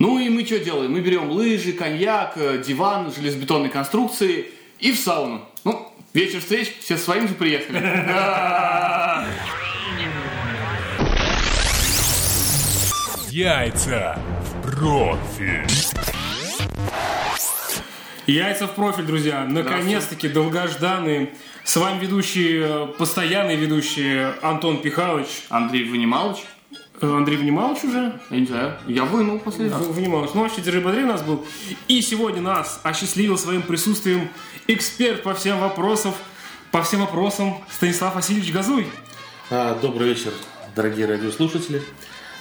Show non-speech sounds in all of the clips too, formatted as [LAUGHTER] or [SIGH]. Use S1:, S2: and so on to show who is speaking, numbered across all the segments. S1: Ну и мы что делаем? Мы берем лыжи, коньяк, э, диван, железобетонные конструкции и в сауну. Ну, вечер встреч, все своим же приехали. [LAUGHS]
S2: Яйца в профиль.
S3: Яйца в профиль, друзья. Наконец-таки долгожданные. С вами ведущий, э, постоянный ведущий Антон Пихалыч.
S1: Андрей Вынималыч?
S3: Э, Андрей Внималыч уже?
S1: Я не знаю, я вынул последний раз.
S3: В- Внималыч. Ну, вообще, держи бодрее нас был. И сегодня нас осчастливил своим присутствием эксперт по всем вопросам, по всем вопросам Станислав Васильевич Газуй.
S4: А, Добрый вечер, дорогие радиослушатели.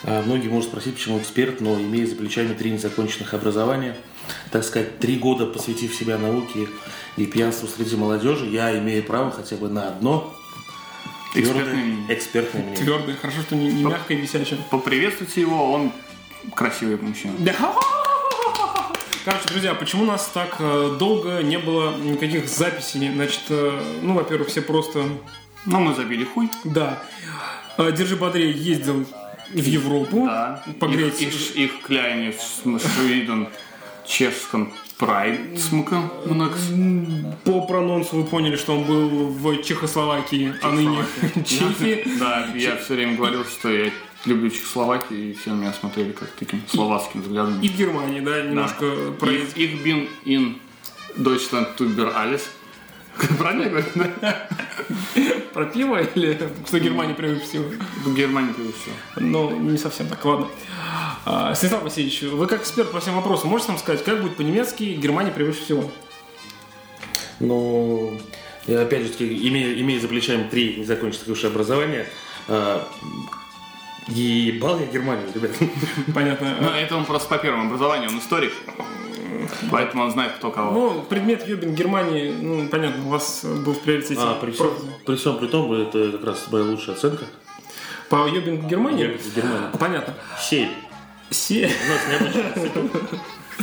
S4: А, Многие могут спросить, почему эксперт, но имея за плечами три незаконченных образования, так сказать, три года посвятив себя науке и пьянству среди молодежи, я имею право хотя бы на одно
S1: Экспертное
S4: твердое
S1: мнение.
S4: экспертное мнение.
S3: Твердый, хорошо, что не, не мягкое и висячее.
S1: Поприветствуйте его, он красивый мужчина.
S3: Да. [LAUGHS] Короче, друзья, почему у нас так э, долго не было никаких записей? Значит, э, ну, во-первых, все просто...
S1: Ну, мы забили хуй.
S3: Да. Э, Держи бодрее ездил в Европу.
S1: Да.
S3: Погреть.
S1: Их, их, их кляйне с Машуидом, чешском прайдсмаком.
S3: По прононсу вы поняли, что он был в Чехословакии, а ныне
S1: [LAUGHS]
S3: Чехии.
S1: Да, я все время говорил, что я люблю Чехословакию, и все на меня смотрели как таким словацким взглядом.
S3: И в Германии, да, немножко про-
S1: Их, их бин ин Deutschland тубер алис. [LAUGHS] Правильно я говорю? Да.
S3: про пиво или [LAUGHS] что Германия прежде всего?
S1: В Германии превыше всего.
S3: Ну, не совсем так, ладно. А, Станислав Васильевич, вы как эксперт по всем вопросам, можете нам сказать, как будет по-немецки Германия превыше всего?
S4: Но, э, опять же, таки, имея, имея за плечами три незаконченных высшее образование, э, ебал я Германию, ребят.
S1: Ну,
S3: Понятно.
S1: это он просто по первому образованию, он историк. Поэтому он знает, кто кого.
S3: Ну, предмет Юбин Германии, ну, понятно, у вас э, был в приоритете.
S4: А, при всем,
S3: Про-
S4: при всем при том, это как раз моя лучшая оценка.
S3: По Юбин Германии?
S4: Из Германии.
S3: Понятно.
S4: Семь.
S3: Се... [LAUGHS]
S4: У нас необычная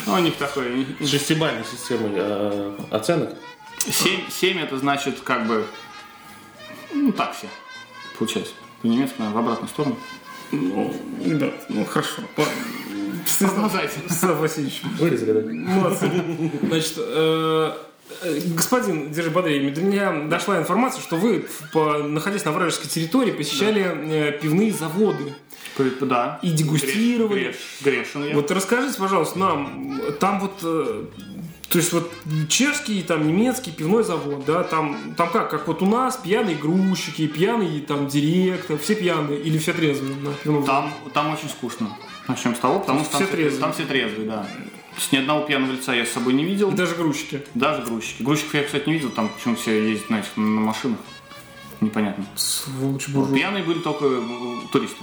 S1: Ну, у них такой.
S4: шестибальной системой э, оценок.
S1: Семь, семь это значит, как бы. Ну, так все. Получается. По-немецки, наверное, в обратную сторону.
S3: Ну, ребят, ну, хорошо. По- Станислав
S1: Продолжайте.
S3: Станислав Васильевич,
S4: Вырезали, да?
S3: молодцы. Значит, э, э, господин Держи Бодрей, до меня дошла информация, что вы, по- находясь на вражеской территории, посещали э, пивные заводы.
S1: П- Да.
S3: И дегустировали.
S1: Греш- грешен я.
S3: Вот расскажите, пожалуйста, нам, там вот, э, то есть вот чешский, там немецкий пивной завод, да, там, там как, как вот у нас пьяные грузчики, пьяные там директор, все пьяные или все трезвые на пивном заводе?
S1: Там, там очень скучно. Начнем с того, потому что там
S3: Все трезвые.
S1: Там все трезвые, да. То есть ни одного пьяного лица я с собой не видел.
S3: Даже грузчики.
S1: Даже грузчики. Грузчиков я, кстати, не видел, там почему все ездят на этих на машинах. Непонятно.
S3: Сволочь буржуа.
S1: Пьяные были только э, туристы.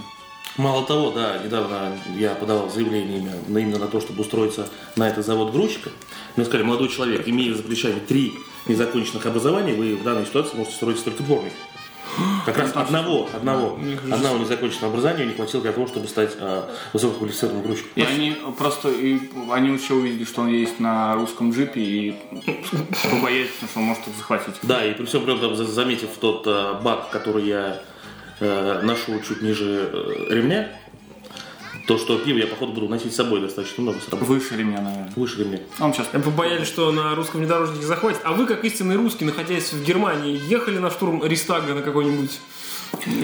S4: Мало того, да, недавно я подавал заявление имя- на- именно на то, чтобы устроиться на этот завод грузчика. Мне сказали, молодой человек, имея за плечами три незаконченных образования, вы в данной ситуации можете устроиться только дворник. Как раз одного, одного, одного незаконченного образования не хватило для того, чтобы стать э, высококвалифицированным грузчиком.
S1: И они просто, и они еще увидели, что он есть на русском джипе и побоялись, что он может их захватить.
S4: Да, и при всем при этом, за- заметив тот э, баг, который я э, ношу чуть ниже э, ремня, то, что пиво я, походу, буду носить с собой достаточно много, с собой.
S1: Выше ремня, наверное. А
S4: выше ремня.
S1: Он сейчас...
S3: Побоялись, что на русском внедорожнике захватят. А вы, как истинный русский, находясь в Германии, ехали на штурм Рейхстага на какой-нибудь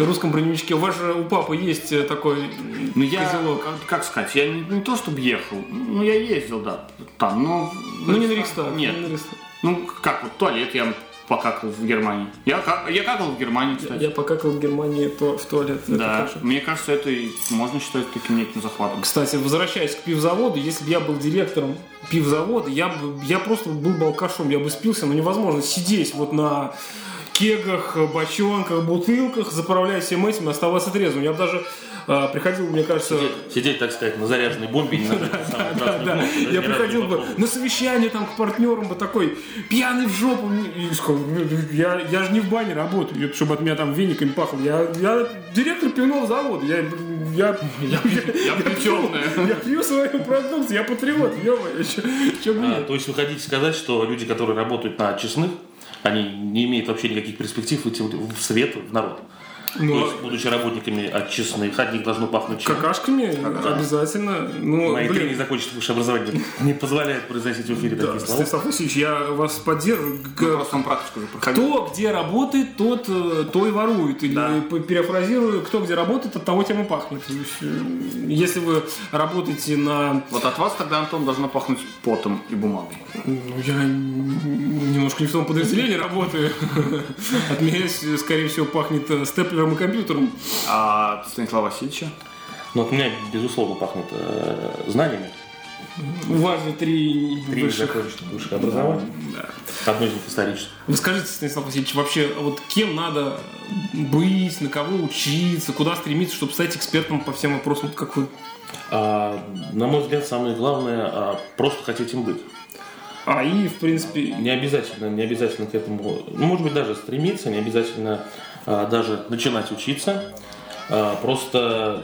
S3: русском броневичке? У вас же у папы есть э, такой м,
S1: Ну, я,
S3: козелок.
S1: как, как сказать, я не, не то чтобы ехал, ну, я ездил, да, там, но...
S3: Ну, не на Рейхстаг.
S1: Нет,
S3: не на Рейхстаг.
S1: ну, как вот туалет я покакал в Германии. Я, ка- я какал в Германии, кстати.
S3: Я покакал в Германии то- в туалет. Это
S1: да,
S3: хорошо.
S1: мне кажется, это и можно считать таким неким захватом.
S3: Кстати, возвращаясь к пивзаводу, если бы я был директором пивзавода, я, бы, я просто был бы алкашом, я бы спился, но невозможно сидеть вот на кегах, бочонках, бутылках, заправляя всем этим и оставаться трезвым. Я бы даже э, приходил, мне кажется...
S4: Сидеть, сидеть, так сказать, на заряженной бомбе не надо. самую красную
S3: Да,
S4: кнопку, да,
S3: я
S4: ни разу
S3: приходил
S4: не
S3: бы ну,
S4: попробовал.
S3: на совещание там к партнерам бы такой пьяный в жопу и сказал, «Ну, я, я же не в бане работаю, это чтобы от меня там вениками пахло. Я, я директор пивного завода, я, я, [LAUGHS]
S1: Я
S3: я,
S1: причёмная.
S3: я пью свою продукцию, я патриот, ё-моё, чё
S4: А,
S3: мне?
S4: То есть вы хотите сказать, что люди, которые работают на честных, они не имеют вообще никаких перспектив выйти в в свет, в народ.
S3: Ну,
S4: То есть, будучи работниками отчисленных, от них должно пахнуть чем?
S3: Какашками обязательно. Ну,
S4: А, Мои три
S3: блин,
S4: незаконченных высшее образование не позволяет произносить в эфире
S3: да,
S4: такие слова.
S3: Станислав Васильевич, я вас поддерживаю.
S1: Ну, просто он практику уже проходил.
S3: Кто где работает, тот э, то и ворует. Или
S4: Да.
S3: п- перефразирую, кто где работает, от того тем и пахнет. То есть, э, Если вы работаете на...
S1: Вот от вас тогда, Антон, должно пахнуть потом и бумагой.
S3: Ну, я н- немножко не в том подразделении работаю. [LAUGHS] От меня, э, скорее всего, пахнет э, степлером и компьютером.
S1: А от Станислава Васильевича?
S4: Но от Ну, меня, безусловно, пахнет э, знаниями.
S3: У вас же три
S4: Три
S3: высших.
S4: незаконченных высшее образование. Одно из них историческое.
S3: Вы скажите, Станислав Васильевич, вообще, вот кем надо быть, на кого учиться, куда стремиться, чтобы стать экспертом по всем вопросам, как вы?
S4: А, на мой взгляд, самое главное, а, просто хотеть им быть.
S3: А и, в принципе,
S4: Не обязательно, не обязательно к этому, ну, может быть, даже стремиться, не обязательно а, даже начинать учиться. А, просто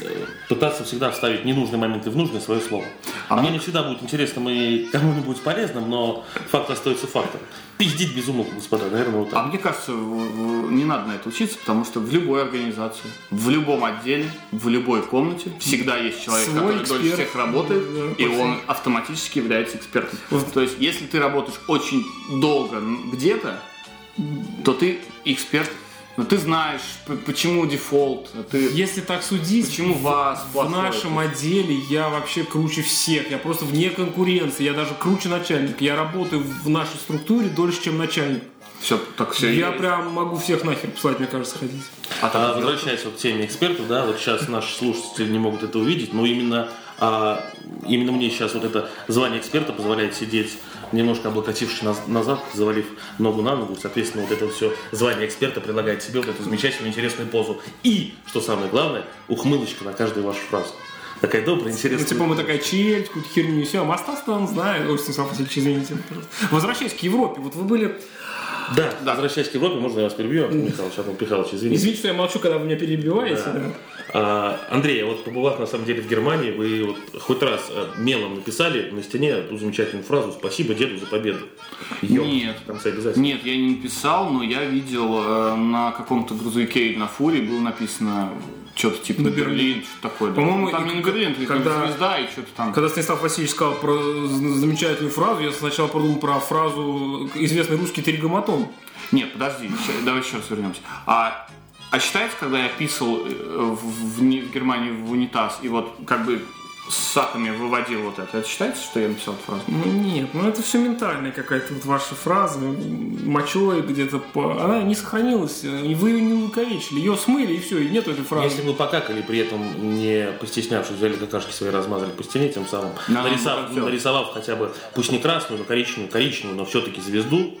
S4: э, пытаться всегда вставить ненужные моменты в нужное свое слово. А мне не всегда будет интересным и кому-нибудь полезным, но факт остается фактом. Пиздить без умолку, господа, наверное, вот
S1: А
S4: так.
S1: мне кажется, в- в- не надо на это учиться, потому что в любой организации, в любом отделе, в любой комнате всегда есть человек,
S3: Свой
S1: который
S3: эксперт.
S1: дольше всех работает,
S3: Да,
S1: и
S3: по
S1: он автоматически является экспертом. То есть, если ты работаешь очень долго н- где-то, то ты эксперт, но ты знаешь, п- почему дефолт, ты
S3: Если так судить,
S1: почему вас
S3: в нашем отделе я вообще круче всех. Я просто вне конкуренции. Я даже круче начальника. Я работаю в нашей структуре дольше, чем начальник.
S1: все так все.
S3: Я прям могу всех нахер послать, мне кажется, ходить.
S4: А, возвращаясь вот к теме экспертов, да, вот сейчас наши слушатели не могут это увидеть, но именно, а, именно мне сейчас вот это звание эксперта позволяет сидеть немножко облокотившись наз- назад, завалив ногу на ногу, соответственно, вот это все звание эксперта предлагает себе вот эту замечательную, интересную позу. И, что самое главное, ухмылочка на каждую вашу фразу. Такая
S3: Ну,
S4: добрая, интересная.
S3: типа, мы такая челюсть, какую-то херню все. А Мастас-то он знает. Ой, Станислав Васильевич, извините. пожалуйста. Возвращаясь к Европе. Вот вы были...
S4: Да, возвращаясь к Европе, можно я вас перебью, Антон Михайлович, Антон Михайлович, извините.
S3: Извините, что я молчу, когда вы меня перебиваете. да.
S4: А, Андрей, а вот побывав на самом деле в Германии, вы вот хоть раз э, мелом написали на стене ту замечательную фразу «Спасибо деду за победу». Её
S1: Нет.
S4: В конце обязательно.
S1: Нет, я не писал, но я видел э, на каком-то грузовике или на фуре было написано что-то типа
S3: На
S1: на
S3: Берлин.
S1: Берлин, что-то такое. да.
S3: По-моему,
S1: Ну, там
S3: и
S1: не на Берлин, это
S3: когда-
S1: звезда и что-то там.
S3: Когда Станислав Васильевич сказал про з- замечательную фразу, я сначала подумал про фразу известный русский «Теригоматон».
S1: Нет, подожди, щ- давай еще раз вернемся. А, а считается, когда я писал э, в, в Ни- в Германии в унитаз и вот как бы с саками выводил вот это, это считается, что я написал эту фразу?
S3: Ну нет, ну это все ментальная какая-то вот ваша фраза, м, мочой где-то по... Она не сохранилась, э, и вы ее не увековечили, ее смыли и все, и нет этой фразы.
S4: Если бы вы покакали, при этом не постеснявшись, взяли какашки свои, размазали по стене, тем самым
S1: Да,
S4: нарисав-
S1: ну, всё.
S4: нарисовав хотя бы, пусть не красную, но коричневую, коричневую, но все-таки звезду,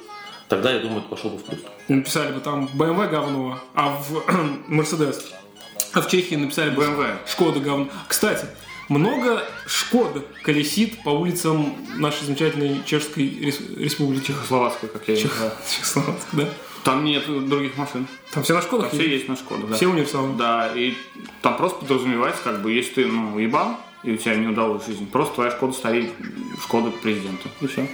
S4: тогда, я думаю, это пошло бы в плюс.
S3: Написали бы там BMW говно, а в [CLEARS THROAT] Мерседес. А в Чехии написали бы
S1: BMW.
S3: Шкода говно. Кстати, много Шкод колесит по улицам нашей замечательной чешской рес- республики.
S1: Словацкая, как я и
S3: Чех-
S1: называю.
S3: Чехословацкой, да?
S1: Там нет других машин.
S3: Там все на
S1: Там
S3: Шкодах
S1: все
S3: ездят?
S1: есть на Шкоду, да.
S3: Все универсалы.
S1: Да, и там просто подразумевается, как бы, если ты, ну, ебал, и у тебя не удалась жизнь, просто твоя Шкода стоит, Шкода президента, и все.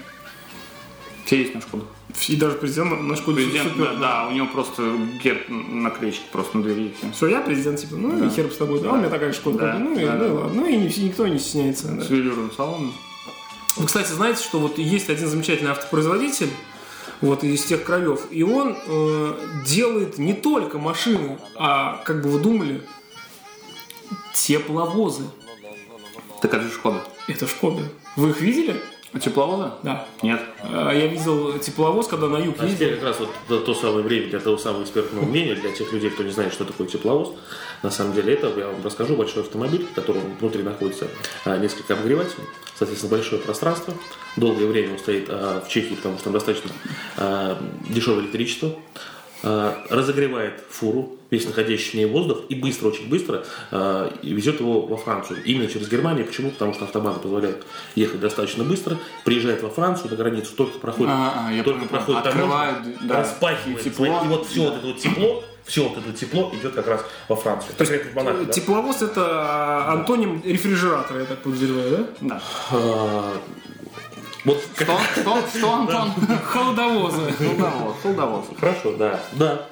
S1: Все есть на Шкоду.
S3: И даже президент на Шкоде
S1: Президент,
S3: Ну, супер.
S1: да, да, у него просто герб наклеечка просто на двери, и все.
S3: Все, я президент, типа, ну и хер с тобой, да, у меня такая шкода.
S1: Да,
S3: Ну, и,
S1: да,
S3: ну и
S1: да.
S3: ладно, ну и не- никто не стесняется. да.
S1: С велюрным салоном.
S3: Вы, кстати, знаете, что вот есть один замечательный автопроизводитель, вот из тех краев, и он э, делает не только машины, а, как бы вы думали, тепловозы.
S1: Так это же Шкода.
S3: Это Шкода. Вы их видели?
S1: А тепловоза?
S3: Да.
S1: Нет.
S3: Э, Я видел тепловоз, когда на юг
S4: А
S3: ездил.
S4: теперь как раз вот то, то самое время для того самого экспертного мнения, для тех людей, кто не знает, что такое тепловоз. На самом деле это, я вам расскажу, большой автомобиль, в котором внутри находится а, несколько обогревателей, соответственно, большое пространство. Долгое время он стоит а, в Чехии, потому что там достаточно а, дешевое электричество. А, разогревает фуру, весь находящий в ней воздух, и быстро, очень быстро а, и везет его во Францию. Именно через Германию. Почему? Потому что автобаны позволяют ехать достаточно быстро, приезжает во Францию, на границу только проходит
S1: А, а, я
S4: только
S1: понял,
S4: проходит
S1: понял.
S4: таможня,
S1: Открывают, да, Типа
S4: распахивает
S1: и
S4: тепло.
S1: тепло.
S4: И вот все вот это вот тепло, все вот это вот тепло идет как раз во Францию. То есть,
S3: Э, Тепловоз это а, антоним рефрижератора, я так подозреваю,
S1: Да. э,
S4: Вот как-
S1: Что, что, что, Антон?
S3: да? Холодовозы.
S1: Холдовоз, холдовоз.
S4: Хорошо, да. Да.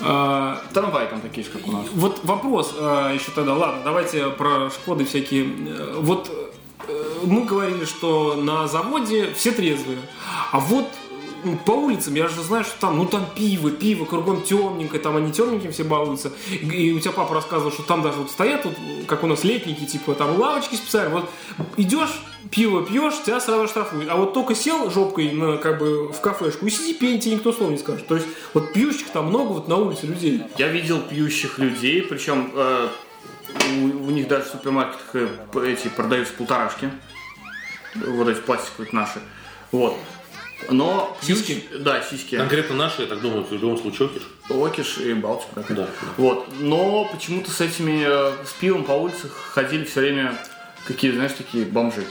S3: А,
S1: Трамвай там такие же, как у нас.
S3: Вот вопрос э, еще тогда. Ладно, давайте про Шкоды всякие. Э, Вот э, мы говорили, что на заводе все трезвые. А вот ну, по улицам, я же знаю, что там, ну там пиво, пиво, кругом темненькое, там они темненьким все балуются. И, и у тебя папа рассказывал, что там даже вот стоят, вот, как у нас летники, типа там лавочки специально. Вот идешь, пиво пьешь, тебя сразу штрафуют. А вот только сел жопкой на, как бы, в кафешку и сиди, пей, тебе никто слова не скажет. То есть вот пьющих там много вот на улице людей.
S1: Я видел пьющих людей, причем э, у, у них даже в супермаркетах э, п- эти продаются полторашки. Вот эти пластиковые наши. Вот. Но
S3: Сиськи?
S1: пьющ- Да, сиськи.
S4: Конкретно наши, я так думаю, в любом случае окиш.
S1: Окиш и Балтику. как это.
S4: Да.
S1: Вот. Но почему-то с этими э, с пивом по улице ходили все время какие, знаешь, такие бомжи.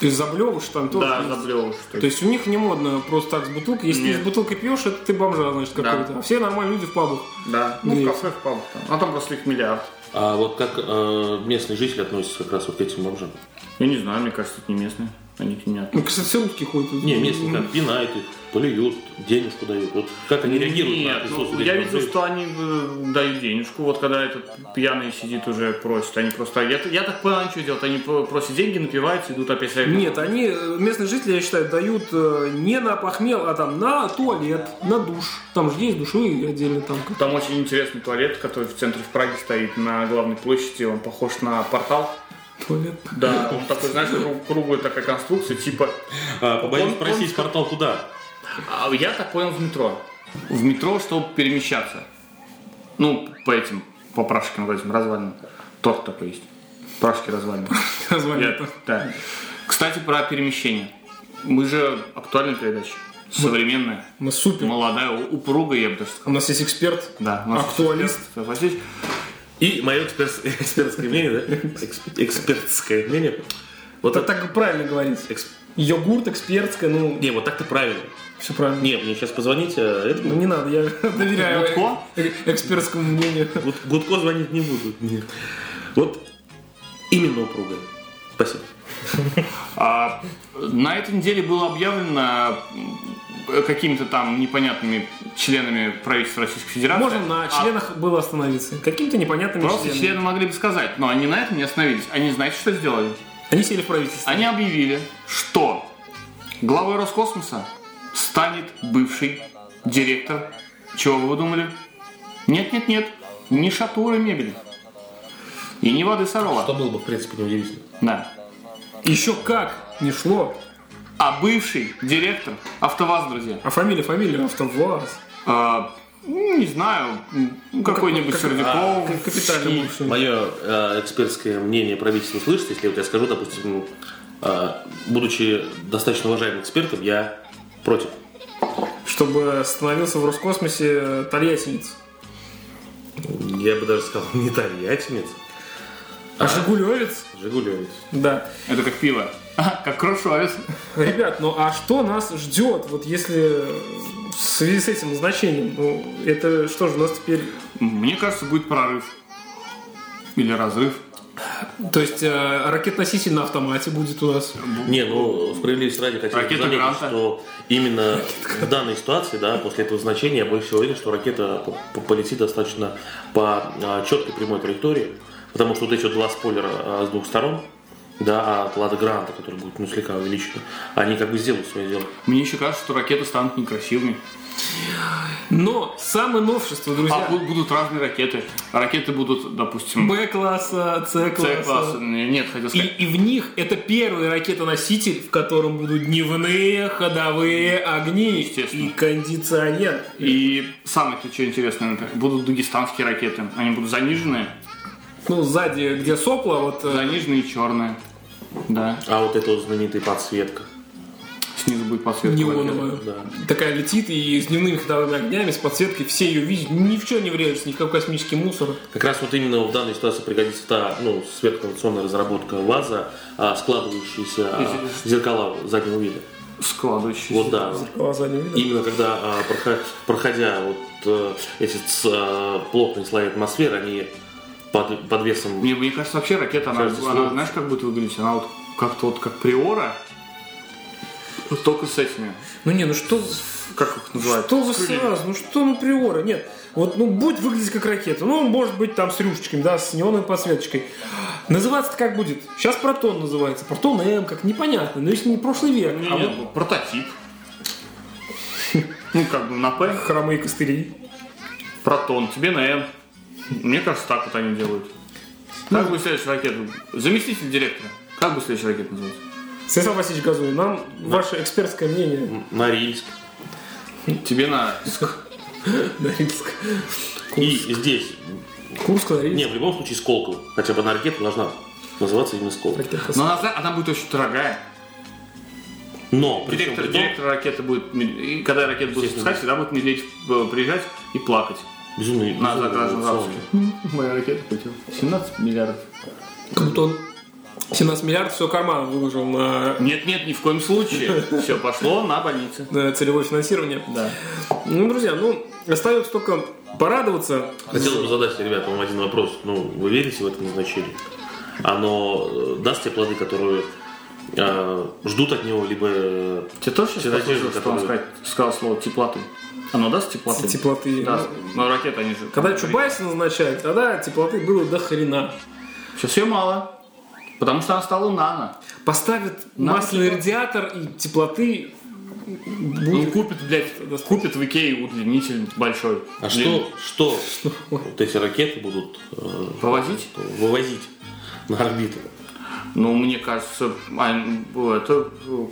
S3: То есть заблевываешь там тоже.
S1: Да,
S3: есть.
S1: заблевывал,
S3: То есть у них не модно просто так с бутылкой. Если
S1: Нет.
S3: ты с бутылкой пьешь, это ты бомжа, значит,
S1: Да.
S3: какой-то. А все нормальные люди в пабах.
S1: Да. Ну, в
S3: Нет.
S1: кафе, в пабах там. А там просто их миллиард.
S4: А вот как э, местные жители относятся как раз вот к этим бомжам?
S1: Я не знаю, мне кажется, это не местные. Они не
S3: Ну, кстати, все русские ходят.
S4: Не, местные там пинают их, плюют, денежку дают. Вот как они реагируют на
S1: Нет,
S4: присутствие
S1: ну,
S4: этих
S1: я видел,
S4: бомжей?
S1: что они э, дают денежку. Вот когда этот пьяный сидит уже просит, они просто... Я, я так понял, они что делают. Они п- просят деньги, напиваются, идут опять рядом.
S3: Нет, они, э, местные жители, я считаю, дают э, не на похмел, а там на туалет, на душ. Там же есть душевые отдельно там. как-
S1: Там очень интересный туалет, который в центре в Праге стоит на главной площади. Он похож на портал.
S3: Туалет. [LAUGHS]
S1: Да, он такой, знаешь, кру- круглая такая конструкция, типа...
S4: А, побоюсь
S1: Он- он-
S4: спросить, портал куда?
S1: А я так понял, в метро. В метро, чтобы перемещаться. Ну, по этим, по прашкам, этим развалинам. Торт такой есть. Прашки развалины.
S3: Название
S1: Я-
S3: это.
S1: да. Кстати, про перемещение. Мы же актуальная передача. Современная.
S3: Мы супер.
S1: Молодая, у- упругая, я бы даже сказал.
S3: У нас есть эксперт.
S1: Да, у нас
S3: Актуалист.
S1: Согласись?
S4: И мое эксперс- [LAUGHS] экспертское
S1: [LAUGHS]
S4: мнение, да? Эксп- Экспертское мнение. Вот
S3: Это
S4: так.
S3: так правильно говорится. Йогурт, экспертская, ну,
S4: Не, вот так-то правильно.
S3: все правильно.
S4: Не, мне сейчас позвонить, а
S3: Ну,
S4: этому
S3: не надо, я [LAUGHS] доверяю
S1: Гудко?
S3: э- экспертскому мнению.
S4: Гуд- Гудко звонить не буду. Вот именно упругая. Спасибо.
S1: А, на этой неделе было объявлено м, какими-то там непонятными членами правительства Российской Федерации.
S3: Можно на
S1: А,
S3: членах было остановиться. Каким-то непонятными
S1: Просто
S3: членами.
S1: члены могли бы сказать, но они на этом не остановились. Они, знаете, что сделали?
S3: Они сели в правительство.
S1: Они объявили, что главой Роскосмоса станет бывший директор. Чего вы думали? Нет-нет-нет, не шатура мебели. И не воды Сарова.
S4: А Что было бы, в принципе, неудивительно.
S1: Да.
S3: Еще как не шло.
S1: А бывший директор АвтоВАЗ, друзья.
S3: А фамилия, фамилия, АвтоВАЗ.
S1: а, ну, не знаю, м, какой-нибудь
S3: как- А,
S1: Сердюков.
S3: Как капитально
S4: Ну,
S3: бывший.
S4: Мое э, экспертское мнение правительства слышите, если вот я скажу, допустим, ну, э, будучи достаточно уважаемым экспертом, я против.
S3: Чтобы становился в Роскосмосе э, тольяттинец.
S4: Я бы даже сказал, [LAUGHS] не тольяттинец,
S3: А жигулевец?
S4: жигулевец.
S3: Да.
S1: Это как пиво. [LAUGHS] Как крушовец.
S3: Ребят, ну а что нас ждет, вот если в связи с этим назначением? Ну, это что же у нас теперь...
S1: Мне кажется, будет прорыв. Или разрыв.
S3: То есть э, ракетноситель на автомате будет у нас?
S4: Не, ну, справедливости ради хотел бы
S1: Ракета
S4: заметить,
S1: Гранта.
S4: что именно в данной ситуации, да, после этого значения, я больше всего уверен, что ракета п- п- полетит достаточно по четкой прямой траектории, потому что вот эти вот два спойлера а, с двух сторон, да, от Лада Гранта, которые будут ну, слегка увеличены, они как бы сделают свое дело.
S1: Мне еще кажется, что ракеты станут некрасивыми.
S3: Но самое новшество,
S1: А
S3: друзья.
S1: бу- будут разные ракеты. Ракеты будут, допустим,
S3: Б-класса, С-класса.
S1: С-класса. Не- Нет, хотел
S3: И,
S1: сказать.
S3: и в них это первый ракетоноситель, в котором будут дневные ходовые огни
S1: Естественно.
S3: и кондиционер.
S1: И, самое то, что интересное, например, будут дагестанские ракеты. Они будут заниженные,
S3: Ну, сзади, где сопла, вот э,
S1: заниженные и черные. Да.
S4: А вот эта вот знаменитая подсветка.
S1: Снизу будет подсветка.
S3: неоновая.
S4: да.
S3: Такая летит и с дневными ходовыми огнями, с подсветкой, все ее видят, ни в чем не врежется, ни в какой космический мусор.
S4: Как раз вот именно в данной ситуации пригодится та ну, сверхновационная разработка ВАЗа, а, складывающиеся а, зеркала заднего вида.
S1: Складывающиеся.
S4: Вот да.
S3: Глаза не видно.
S4: Именно когда, а, проход- проходя вот э, эти ц- а, плотные слои атмосферы, они под, под весом...
S1: Мне, мне кажется, вообще ракета, она,
S4: Кажется,
S1: она,
S4: сложно.
S1: знаешь, как будет выглядеть? Она вот как-то вот как приора, Только с этими.
S3: Ну не, ну что,
S1: Как их называют?
S3: что вы сразу, ну что ну приора, нет. Вот, ну, будет выглядеть как ракета. Ну, он может быть там с рюшечками, да, с неоновой подсветочкой. Называться-то как будет? Сейчас протон называется. Протон М, как непонятно. Но если не прошлый век,
S1: Не,
S3: а
S1: нет,
S3: вот
S1: был прототип. [LAUGHS] Ну, как бы на П.
S3: хромые костыри.
S1: Протон, тебе на М. Мне кажется, так вот они делают. Как бы следующая ракета? Заместитель директора. Как бы следующая ракета называется?
S3: Станислав Васильевич Газуй, нам ваше экспертское мнение.
S4: Норильск.
S1: Тебе на
S3: Норильск.
S4: И
S3: Курск.
S4: здесь.
S3: Курск, Норильск.
S4: Не, в любом случае Сколково. Хотя бы она ракета должна называться именно Сколково.
S3: Ракета.
S1: Но она, она будет очень дорогая.
S4: Но, при всем
S1: Директор,
S4: при том,
S1: директор ракеты будет, мед- и когда ракета будет
S4: Естественно.
S1: спускать, всегда будет медведь э, приезжать и плакать
S4: безумно, безумно
S1: на заграженном
S4: было
S1: запуске. Моя ракета полетела. 17 миллиардов.
S3: Как будто он 17 миллиардов всего кармана выложил на
S1: Нет, нет, ни в коем [LAUGHS] случае. Все пошло на больнице.
S3: на целевое финансирование.
S1: Да.
S3: Ну, друзья, ну, остается только порадоваться.
S4: Хотел бы задать ребятам вам один вопрос. Ну, вы верите в это назначение? Оно э, даст те плоды, которые э, ждут от него, либо... э,
S1: Тебе тоже сейчас
S4: Те надежды,
S1: послышал, что он сказать-
S4: которые-
S1: сказал слово теплоты? Оно даст теплоты?
S3: Теплоты.
S1: Даст. Но ракеты они же...
S3: Когда Чубайса назначают, тогда теплоты было до хрена.
S1: Сейчас ее мало. Потому что она стала нано.
S3: Поставят
S1: Надо
S3: масляный
S1: тепло.
S3: радиатор и теплоты
S1: Ну,
S3: будет.
S1: купит, блядь, купит в Икее удлинитель большой.
S4: А
S1: Блин,
S4: что, что вот эти ракеты будут э,
S1: Повозить?
S4: вывозить на орбиту?
S1: Ну, мне кажется, а, ну, это... ну,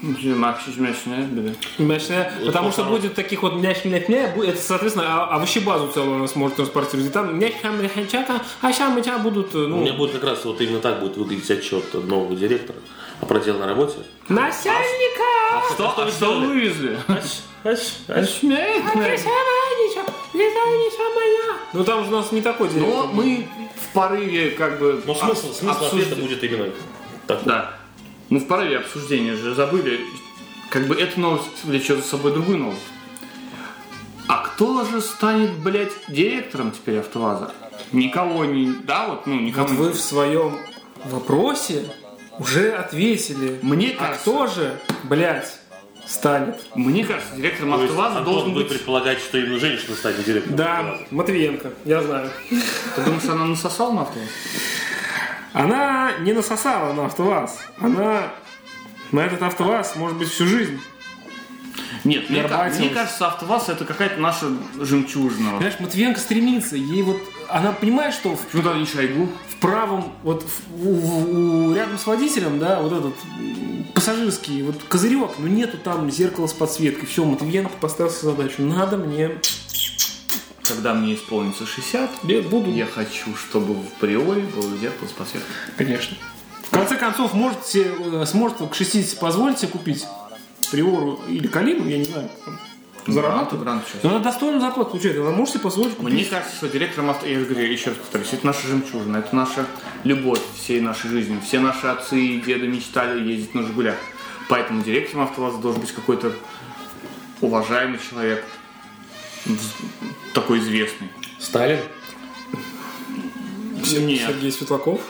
S1: мягче-мягче, блин.
S3: мощная, потому что
S4: хорошо.
S3: будет таких вот мяч мяч мяч, бу- это, соответственно, а- овощебазу целую она сможет транспортировать. И там мяч хам мяч, чака, а ща мяча будут,
S4: У меня
S3: ну,
S4: будет как раз вот именно так будет выглядеть отчет от нового директора о проделанной работе.
S3: начальника!
S1: Что, а что А вывезли?
S4: А
S3: Ну там же у нас не такой день.
S1: Но мы в порыве как бы...
S4: Но Ну, смысл,
S1: об-
S4: смысл ответа
S1: обсуждения-
S4: будет именно такой.
S1: Да. Мы в порыве обсуждения же забыли, как бы эта новость влечет за собой другую новость. А кто же станет, блядь, директором теперь АвтоВАЗа? Никого не... Да, вот, ну, никому
S3: Вот вы
S1: не-
S3: в своем вопросе уже ответили.
S1: Мне
S3: А
S1: кажется,
S3: кто же, блядь, станет?
S1: мне кажется, директором
S4: То есть,
S1: АвтоВАЗа
S4: Антон,
S1: должен
S4: вы
S1: быть...
S4: предполагаете, что именно женщина станет директором?
S3: Да, Матвиенко, я знаю.
S1: Ты думаешь, она насосала на АвтоВАЗ?
S3: Она не насосала на АвтоВАЗ. Она на этот АвтоВАЗ, может быть, всю жизнь.
S1: Нет, мне, ка-
S3: Горбатин.
S1: мне кажется, АвтоВАЗ это какая-то наша жемчужина.
S3: Понимаешь, Матвиенко стремится. Ей вот... Она понимает, что в,
S1: Почему тогда не Шойгу?
S3: в правом... Вот в- у- у- рядом с водителем, да, вот этот м, пассажирский вот козырек, но нету там зеркала с подсветкой. Все, Матвиенко поставил себе задачу. Надо мне...
S1: Когда мне исполнится 60,
S3: Я буду...
S1: я хочу, чтобы в приоре был зеркало с подсветкой.
S3: Конечно. В конце концов, можете, э, сможет к 60 позволить себе купить Приору или Калину, я не знаю, там, зарабатывать.
S1: Грант сейчас.
S3: Но она достойную зарплату получает, она может себе позволить купить.
S1: Мне кажется, что директором авто... Я же говорю, еще раз повторюсь, это наша жемчужина, это наша любовь всей нашей жизни. Все наши отцы и деды мечтали ездить на «Жигулях». Поэтому директором «АвтоВАЗа» должен быть какой-то уважаемый человек, вз- такой известный.
S4: Сталин?
S1: Нет,
S3: Сергей Светлаков.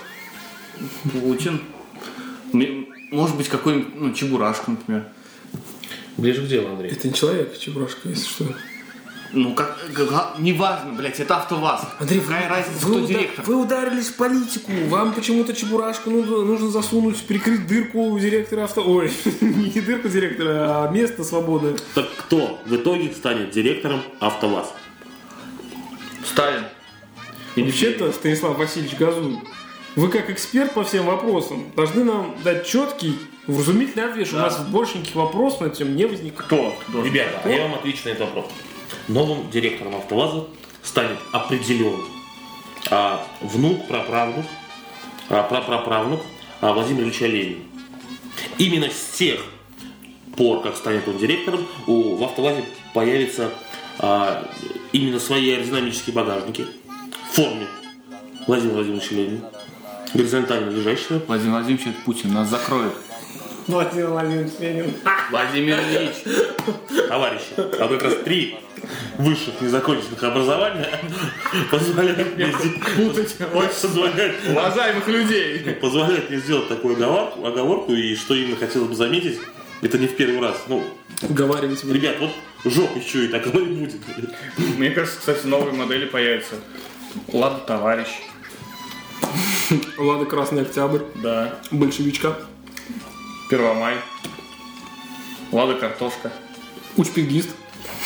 S1: Путин. М- Может быть, какой-нибудь, ну, Чебурашка, например.
S4: Ближе к делу, Андрей.
S3: Это не человек, Чебурашка, если что.
S1: Ну, как, га- неважно, блядь, это АвтоВАЗ.
S3: Андрей,
S1: Какая разница,
S3: вы,
S1: кто
S3: уда-
S1: директор?
S3: вы ударились в политику. Вам почему-то Чебурашку нужно, нужно засунуть, прикрыть дырку у директора авто... Ой, [LAUGHS] не дырку директора, а место свободное.
S4: Так кто в итоге станет директором АвтоВАЗ?
S1: Сталин.
S3: И вообще-то, Станислав Васильевич Газун, вы как эксперт по всем вопросам должны нам дать четкий, вразумительный ответ, что у нас больше никаких вопросов на эту тему не возникает.
S1: Кто? должен?
S4: Ребята, а я вам отвечу на этот вопрос. Новым директором АвтоВАЗа станет определен а, внук, праправнук, а, прапраправнук а, Владимира Ильича Ленина. Именно с тех пор, как станет он директором, у, в АвтоВАЗе появятся а, именно свои аэродинамические багажники в форме Владимира Владимировича Ленина, горизонтально лежащего.
S1: Владимир Владимирович, это Путин, нас закроет.
S3: Владимир Владимирович Ленин.
S1: Владимир Ильич.
S4: товарищи, а как раз три высших незаконченных образования позволяют мне путать, позволяют,
S1: Уважаемых людей.
S4: позволяют мне сделать такую оговорку, оговорку, и что именно хотелось бы заметить, Это не в первый раз. Ну,
S3: Уговаривать меня.
S4: ребят, вот жопу еще и так [LAUGHS] оно и будет.
S5: Мне кажется, кстати, новые модели появятся. Ладно, товарищ.
S3: Лада Красный Октябрь,
S5: Да.
S3: Большевичка,
S5: Первомай. Лада картошка.
S3: Учпингист.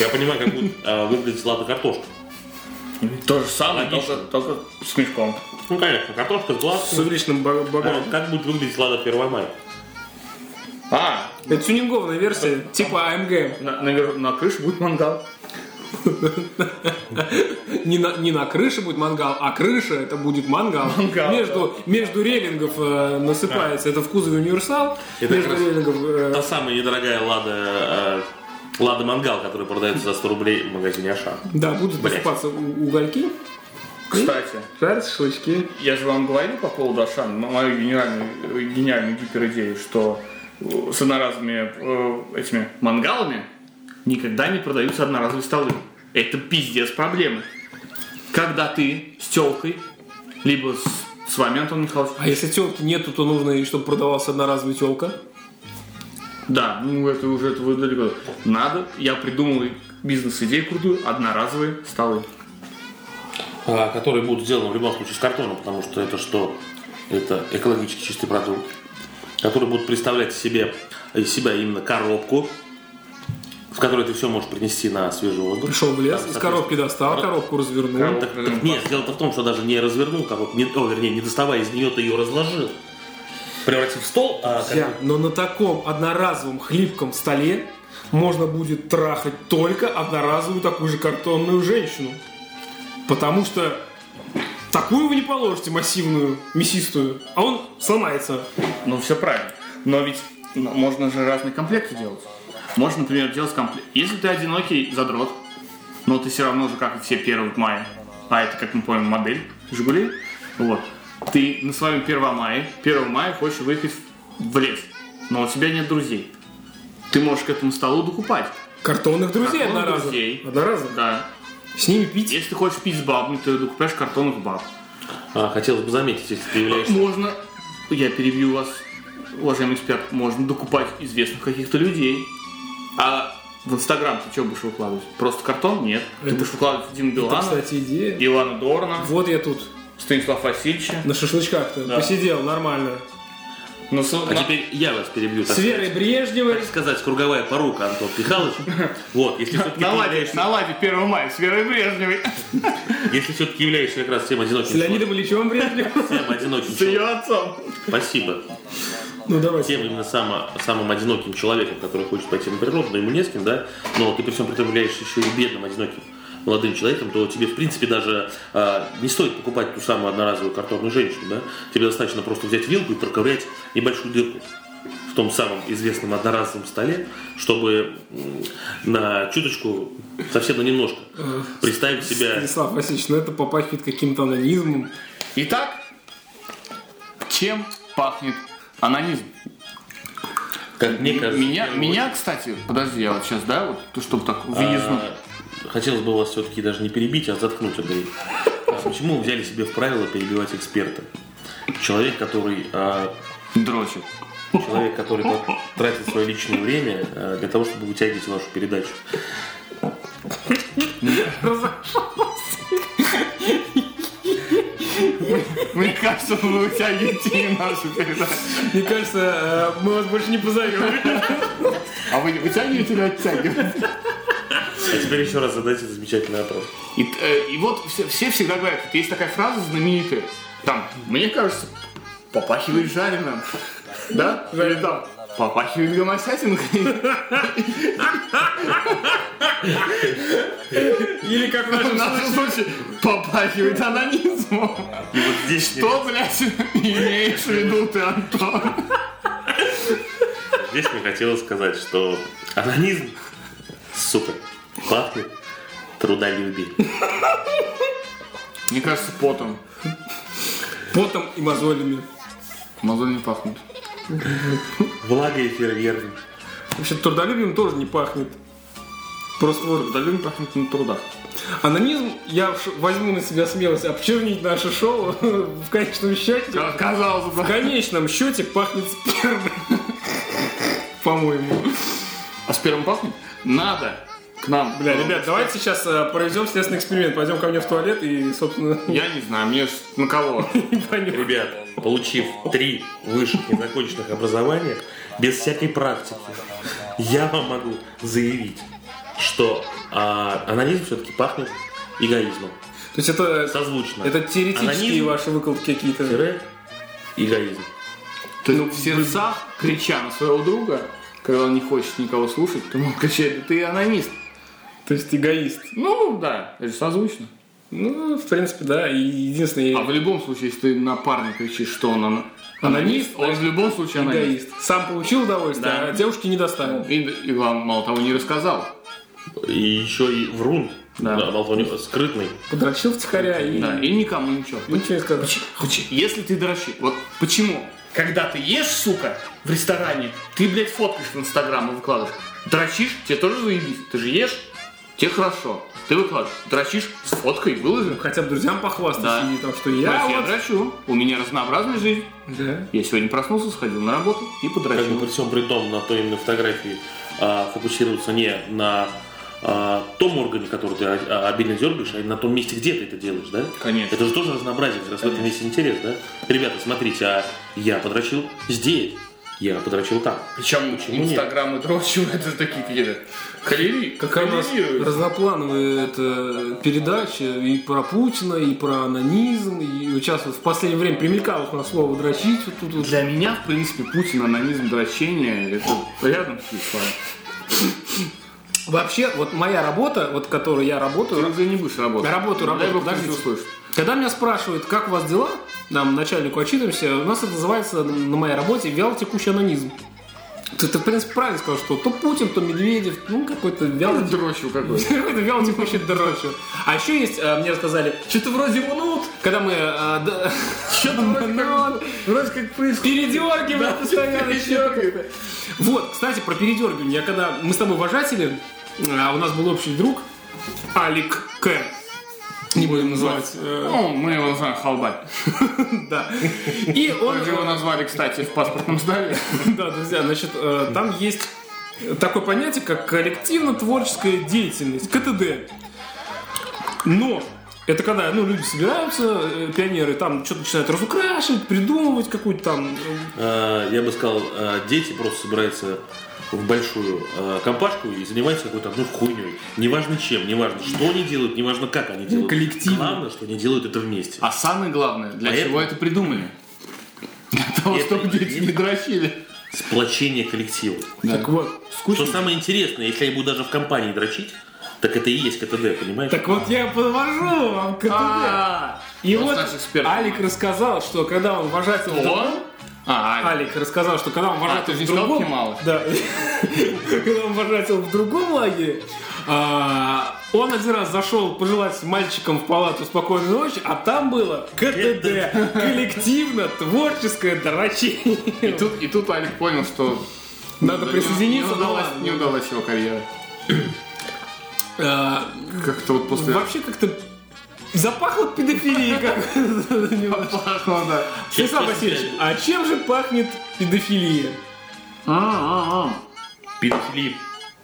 S4: Я понимаю, как будет а, выглядеть лата картошка.
S5: То же самое,
S4: Логично.
S5: только, только с мешком.
S4: Ну, конечно, картошка с
S3: С
S4: глазками.
S3: увеличенным ба-
S4: А
S3: багажем.
S4: вот как будет выглядеть лада 1 мая?
S5: А,
S3: Это тюнингованная версия, типа АМГ.
S5: на, навер- на крыше будет мангал.
S3: Не на, не на крыше будет мангал, а крыша это будет мангал.
S5: Мангал,
S3: между, между релингов э, насыпается. Это в кузове универсал.
S4: Это
S3: между
S4: как раз-
S3: релингов... э,
S4: Та самая недорогая лада, э, лада мангал, которая продается за 100 рублей в магазине Аша.
S3: да, будут
S4: Блядь.
S3: насыпаться у- угольки,
S5: Кстати,
S3: жарятся шашлычки.
S5: я же вам говорил по поводу Ашан, м- мою гениальную, гениальную гиперидею, что э, с одноразовыми э, этими мангалами никогда не продаются одноразовые столы. Это пиздец проблемы. Когда ты с телкой, либо с, с вами, Антон Михайлович,
S3: А если телки нету, то нужно, и чтобы продавалась одноразовая телка.
S5: Да, ну это уже это вы далеко. Надо, я придумал бизнес-идею крутую, одноразовые столы.
S4: А, которые будут сделаны в любом случае с картона, потому что это что? Это экологически чистый продукт, который будут представлять себе, э, из себя именно коробку, в которой ты все можешь принести на свежий воздух.
S3: Пришел в лес,
S4: Там,
S3: из
S4: соответственно,
S3: коробки достал, коробку развернул.
S5: Коробку.
S4: Так, так нет, дело-то в том, что даже не развернул коробку, не, о, вернее, не доставая из нее, ты ее разложил. Превратив в стол, а как
S3: Друзья, Но на таком одноразовом хлипком столе можно будет трахать только одноразовую такую же картонную женщину. Потому что такую вы не положите массивную, мясистую, а он сломается.
S5: Ну все правильно. Но ведь ну, можно же разные комплекты делать. Можно, например, делать комплект. Если ты одинокий задрот, но ты все равно же, как и все 1 мая, а это, как мы помним, модель Жигули, вот, ты на своем 1 мая, 1 мая хочешь выехать в лес, но у тебя нет друзей. Ты можешь к этому столу докупать.
S3: Картонных друзей
S5: Картонных
S3: одноразовых.
S5: друзей.
S3: Одноразовых.
S5: Да.
S3: С ними пить.
S5: Если ты хочешь пить с бабами, ты докупаешь картонных баб.
S4: А, хотелось бы заметить, если ты являешься...
S5: Можно, я перебью вас, уважаемый эксперт, можно докупать известных каких-то людей. А в Инстаграм ты что будешь выкладывать? Просто картон? Нет. Ты будешь выкладывать Дина
S3: Это,
S5: Билана,
S3: кстати, идея.
S5: Илана Дорна,
S3: Вот я тут
S5: Станислава Васильевича.
S3: на шашлычках-то
S5: Да.
S3: посидел нормально.
S5: Ну, со-
S4: А
S5: на-
S4: теперь я вас перебью. так
S3: С Верой Брежневой.
S4: Так сказать, круговая порука, Антон Михайлович. Вот, если все-таки
S5: на ладе, на ладе 1 мая с Верой Брежневой.
S4: Если все-таки являешься как раз тем
S3: С
S4: одиноким
S3: Леонидом Ильичевым Брежневым.
S4: человеком, тем одиноким
S5: С
S4: человеком,
S5: ее отцом.
S4: спасибо,
S3: Ну, давайте.
S4: тем именно само- самым одиноким человеком, который хочет пойти на природу, но ему не с кем, да, но ты при всем при этом являешься еще и бедным, одиноким молодым человеком, то тебе, в принципе, даже а, не стоит покупать ту самую одноразовую картонную женщину, да, тебе достаточно просто взять вилку и проковырять небольшую дырку в том самом известном одноразовом столе, чтобы м, на чуточку, совсем на немножко, представить себя
S3: Станислав Васильевич, ну это попахивает каким-то анонизмом.
S5: Итак, чем пахнет анонизм?
S4: Как мне кажется,
S5: Меня,
S4: первый
S5: меня, кстати, подожди, я вот сейчас, да, вот, то, чтобы так выездно.
S4: А, Хотелось бы вас все-таки даже не перебить, а заткнуть, Андрей. А почему вы взяли себе в правило перебивать эксперта? Человек, который, а,
S5: Дрочит.
S4: человек, который по- тратит свое личное время а, для того, чтобы вытягивать вашу передачу.
S5: Мне кажется, вы вытягиваете и нашу передачу.
S3: Мне кажется, э, мы вас больше не позовем.
S5: А вы вытягиваете или оттягиваете?
S4: А теперь еще раз задайте этот замечательный вопрос.
S5: И, э, и вот все, все всегда говорят, вот есть такая фраза знаменитая, там, мне кажется, попахивает жареным, да? Или там, попахивает гомосятинкой.
S3: Или как
S5: В
S3: наши...
S5: нашем случае попахивает анонизмом.
S4: И вот здесь, мне,
S5: Что, блядь,
S1: [LAUGHS]
S5: имеешь в виду ты, Антон?
S4: здесь мне хотелось сказать, что анонизм, сука, пахнет трудолюбием.
S5: Мне кажется, потом.
S3: Потом и мозолями.
S5: Мозоль не пахнет.
S4: Влага и фейерверком.
S3: Вообще трудолюбием тоже не пахнет. Просто вот
S5: Удалим пахнет на трудах.
S3: анонизм, я уж возьму на себя смелость обчернить наше шоу [LAUGHS] в конечном счете.
S5: Казалось бы.
S3: В конечном счете пахнет спермой. по-моему.
S1: А с первым пахнет? Надо к нам.
S3: Бля,
S1: Ну,
S3: ребят, давайте сейчас э, проведем следственный эксперимент. Пойдем ко мне в туалет и, собственно, [LAUGHS]
S1: Я не знаю, мне ж на кого.
S3: не понюхаем.
S4: Ребят, получив три высших незаконченных образования, без всякой практики, я вам могу заявить, что а, анонизм все-таки пахнет эгоизмом.
S3: То есть это,
S4: Созвучно.
S3: это теоретические
S4: Анонизм,
S3: ваши выкладки какие-то.
S4: тире, эгоизм.
S1: То есть в сердцах, крича на своего друга, когда он не хочет никого слушать, то он кричает, «Да ты анонист.
S3: То есть эгоист.
S1: Ну да, это же созвучно.
S3: Ну, в принципе, да. И единственное,
S1: А в любом случае, если ты на парня кричишь, что он ано- анонист, он в любом случае анонист.
S3: эгоист. Сам получил удовольствие,
S1: Да.
S3: а девушке не доставил.
S1: И, и главное, мало того, не рассказал.
S4: И еще и врун,
S1: Да.
S4: да, болтунёк, скрытный.
S3: Подрочил втихаря и
S1: Да, и никому ничего.
S3: ничего не сказал.
S1: Поч- Если ты дрочи, вот почему? Когда ты ешь, сука, в ресторане, ты, блядь, фоткаешь в Инстаграм и выкладываешь. Дрочишь, тебе тоже заебись. Ты же ешь, тебе хорошо. Ты выкладываешь, дрочишь, с фоткой выложим.
S3: Хотя бы друзьям похвастаться,
S1: Да.
S3: и там, что я
S1: я
S3: А вот...
S1: дрочу. У меня разнообразная жизнь.
S3: Да.
S1: Я сегодня проснулся, сходил на работу и
S4: Как бы
S1: подрочил.
S4: при всем при том на той именно фотографии а, фокусироваться не на а, том органе, который ты а, обильно дергаешь, а на том месте, где ты это делаешь, да?
S1: Конечно.
S4: Это же тоже разнообразие, как раз в этом весь интерес, да? Ребята, смотрите, а я подрочил здесь, я подрочил там.
S1: Причем
S4: Почему нет?
S1: Инстаграм и дрочу, [LAUGHS] это же такие какие-то калерии.
S3: Какая у нас разноплановая эта передача и про Путина, и про анонизм, и вот сейчас вот в последнее время примелькалось на слово дрочить. Вот тут вот.
S1: Ну, Для меня, в принципе, Путин, анонизм, дрочение, это рядом с Иславом.
S3: Вообще, вот моя работа, вот в которой я
S1: Ты
S3: работаю,
S1: уже не будешь работать.
S3: Работаю, работаю,
S1: Дай бог,
S3: подождите.
S1: ты всё услышишь.
S3: когда меня спрашивают, как у вас дела, нам начальнику отчитываемся, у нас это называется на моей работе вял текущий анонизм. Ты, ты, в принципе, правильно сказал, что то Путин, то Медведев, ну, какой-то вялый
S1: Дрочу какой
S3: Какой-то вял текущий [LAUGHS] дрочу. А еще есть, э, мне рассказали, что-то вроде мнут, когда мы... э, [LAUGHS] Что-то
S1: Вроде как происходит.
S3: Передергиваем постоянно чё-то как-то. Вот, кстати, про передергивание. Я когда... Мы с тобой вожатели, а у нас был общий друг, Алик К. Не будем называть. э,
S1: Ну, мы его называем Халбай.
S3: Да. И он...
S1: Как же его назвали, кстати, в паспортном здании?
S3: Да, друзья, значит, э, там есть такое понятие, как коллективно-творческая деятельность, КТД. Но это когда ну, люди собираются, э, пионеры, там что-то начинают разукрашивать, придумывать какую-то там... э,
S4: А, я бы сказал, а, дети просто собираются в большую а, компашку и занимаются какой-то одной хуйней. Неважно чем, неважно что они делают, неважно как они делают.
S3: коллективно.
S4: Главное, что они делают это вместе.
S1: А самое главное, для
S4: Поэтому-
S1: чего это придумали? Для того,
S4: Это
S1: чтобы дети не дрочили.
S4: Сплочение коллектива.
S3: Так вот, скучно.
S4: Что самое интересное, если они будут даже в компании дрочить, так это и есть КТД, понимаешь?
S3: Так вот я подвожу вам к КТД.
S1: А,
S3: И
S1: вот
S3: вот
S1: наш эксперт.
S3: Алик рассказал, что когда он вожатель... в другом-
S1: он? А, Алик.
S3: Алик рассказал, что когда он
S1: ты
S3: вожател
S1: же
S3: в
S1: не сказал
S3: другом...
S1: Кемалов?
S3: Да. [LAUGHS] Когда он вожател в другом лагере, а, он один раз зашел пожелать мальчикам в палату спокойной ночи, а там было КТД. Коллективно-творческое
S1: И [LAUGHS]
S3: дрочение.
S1: тут, и тут Алик понял, что
S3: Надо
S1: не-
S3: присоединиться.
S1: не
S3: да
S1: удалась,
S3: ладно.
S1: не удалась его карьера.
S3: А,
S1: Как-то вот после...
S3: Вообще как-то запахло педофилией. как-то
S1: [LAUGHS]
S3: немножко.
S1: Пахло, да.
S3: Станислав Васильевич, а чем же пахнет педофилия?
S1: А, а,
S4: Педофилии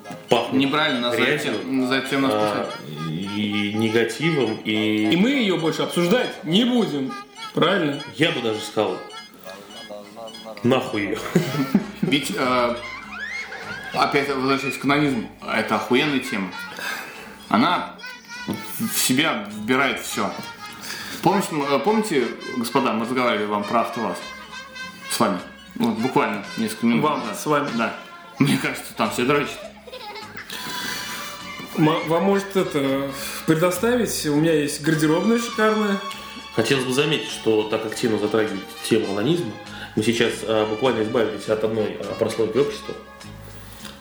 S1: а.
S4: пахнет
S1: Неправильно назовете.
S4: грязью,
S1: Зачем нас
S4: а,
S1: пускать?
S4: и негативом,
S3: И
S4: и
S3: мы ее больше обсуждать не будем. Правильно?
S4: я бы даже сказал, нахуй ее.
S1: Ведь, э, опять возвращаясь к анонизму, это охуенная тема. Она в себя вбирает все. Помните, м, э, помните, господа, мы разговаривали вам про АвтоВАЗ с вами. Вот буквально несколько минут.
S3: Вам,
S1: назад.
S3: с вами.
S1: Да. а. Мне кажется, там все дрочат.
S3: М- Вам может это предоставить? У меня есть гардеробная шикарная.
S4: [LAUGHS] Хотелось бы заметить, что так активно затрагивать тему анонизма, мы сейчас а, буквально избавились от одной а, прослойки общества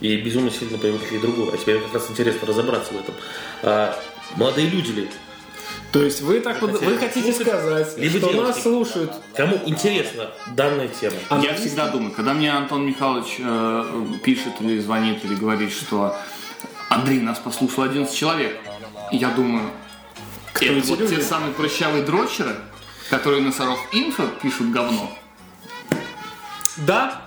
S4: и безумно сильно привлекли другую. А теперь как раз интересно разобраться в этом. А, молодые люди ли?
S3: То есть вы так под- вы
S4: хотели
S3: хотите
S4: слушать,
S3: сказать,
S4: либо
S3: что
S4: девушки.
S3: нас слушают?
S4: Кому интересна данная тема?
S1: Я всегда думаю, когда мне Антон Михайлович э, пишет или звонит, или говорит, что Андрей, нас послушал 11 человек, я думаю, это
S3: эти
S1: вот
S3: люди?
S1: те самые прыщавые дрочеры, которые на Саров Инфо пишут говно.
S3: Да.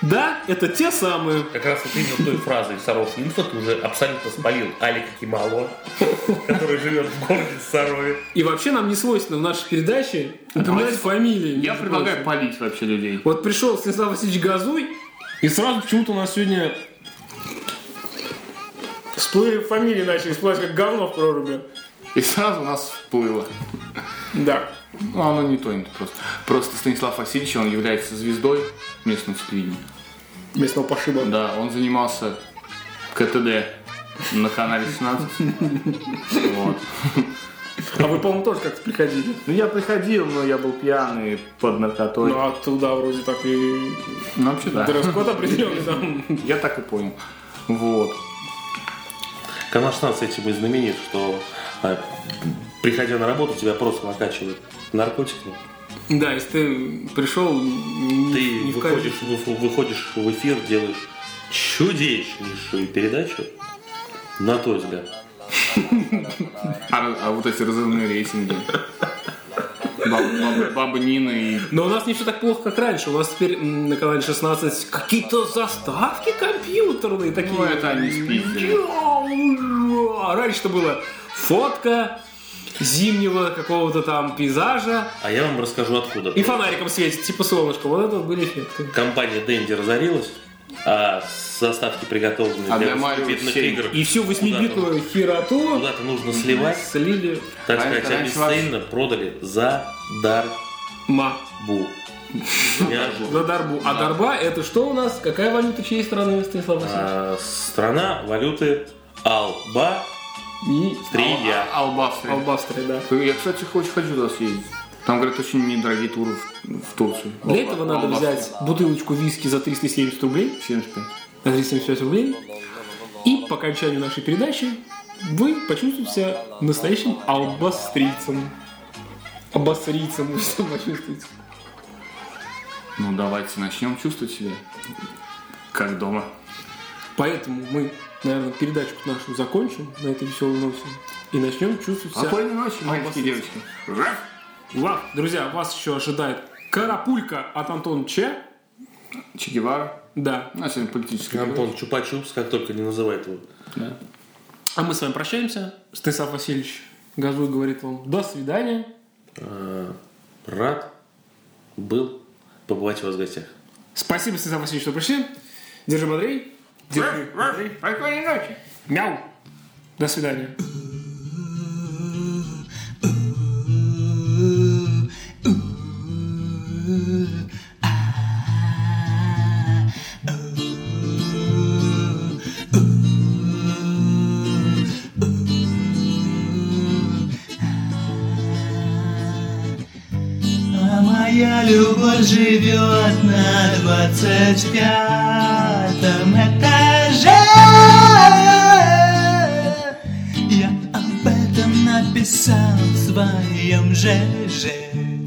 S3: Да, это те самые.
S6: Как раз вот именно той фразой Саров Инфо ты уже абсолютно спалил Алика
S4: [LAUGHS]
S6: Кимало, который живет в городе Сарове.
S3: И вообще нам не свойственно в нашей передаче упоминать
S1: Давайте-
S3: фамилии.
S1: Я
S3: между
S1: предлагаю
S3: прочим.
S1: полить вообще людей.
S3: Вот пришел Станислав Васильевич Газуй, и сразу почему-то у нас сегодня всплыли фамилии начали всплывать как говно в проруби.
S1: И сразу нас всплыло.
S3: Да.
S1: Ну, оно не тонет просто. Просто Станислав Васильевич, он является звездой местного телевидения.
S3: Местного пошиба.
S1: Да, он занимался КТД на канале 17. Вот.
S3: А вы, по-моему, тоже как-то приходили.
S1: Ну, я приходил, но я был пьяный, под наркотой.
S3: Ну, оттуда вроде так и
S1: Ну, вообще, да.
S3: дресс-код определенный там.
S1: Я так и понял. Вот.
S4: Канал 16 этим и знаменит, что а, приходя на работу, тебя просто накачивают наркотиками.
S3: Да, если ты пришел не,
S4: Ты
S3: не в качестве-
S4: выходишь, вы- выходишь в эфир, делаешь чудеснейшую передачу, на твой взгляд.
S1: А, а вот эти разрывные рейтинги. Баб- баб- Баба Нина и...
S3: Но у нас не все так плохо, как раньше. У вас теперь м, на канале 16 какие-то заставки компьютерные такие.
S1: Ну, это они с Питера.
S3: Йоу! А раньше-то было фотка зимнего какого-то там пейзажа
S4: А я вам расскажу откуда.
S3: и фонариком светит, типа солнышко. Вот это вот были эффекты.
S4: Компания Дэнди разорилась, а составки приготовлены
S1: А
S4: для
S1: для Марио
S4: компьютерных
S1: семь.
S4: игр.
S3: И всю восьмибитную хероту
S4: Куда-то нужно сливать,
S3: слили
S4: так
S1: А это
S4: сказать,
S1: раньше вообще-
S4: обесценно продали за дарбу.
S3: ма
S1: [LAUGHS]
S4: Я-
S3: за дарбу. А дарба это что у нас? Какая валюта чьей страны, Станислав Васильевич?
S4: А, Страна валюты Алба
S3: И
S4: Трия.
S1: Ал- Албасы.
S3: Албастры, да.
S1: Я, кстати, очень хочу туда съездить. Там, говорят, очень недорогие туры в, в Турцию.
S3: Для этого надо взять бутылочку виски за 370 рублей.
S1: 75.
S3: на 375 рублей. И по окончанию нашей передачи вы почувствуете себя настоящим албастрийцем. Албастрийцем вы себя почувствуете.
S1: Ну, давайте начнем чувствовать себя как дома.
S3: Поэтому мы, наверное, передачку нашу закончим на этой веселой ноте и начнем чувствовать себя...
S1: Спокойной ночи, маленькие девочки.
S3: Ва! Друзья, вас еще ожидает карапулька от Антона Че.
S1: Че Гевара.
S3: Да.
S1: У нас сегодня политическая
S4: Антон Чупа-Чупс, как только не называет его.
S3: А мы с вами прощаемся. Станислав Васильевич Газуй говорит вам до свидания.
S4: А, Рад был побывать у вас в гостях.
S3: Спасибо, Станислав Васильевич, что пришли. Держи, Андрей. Держи.
S1: Спокойной ночи.
S3: Мяу. До свидания.
S7: А моя любовь живет на двадцать пятом этаже. Я об этом написал в своем же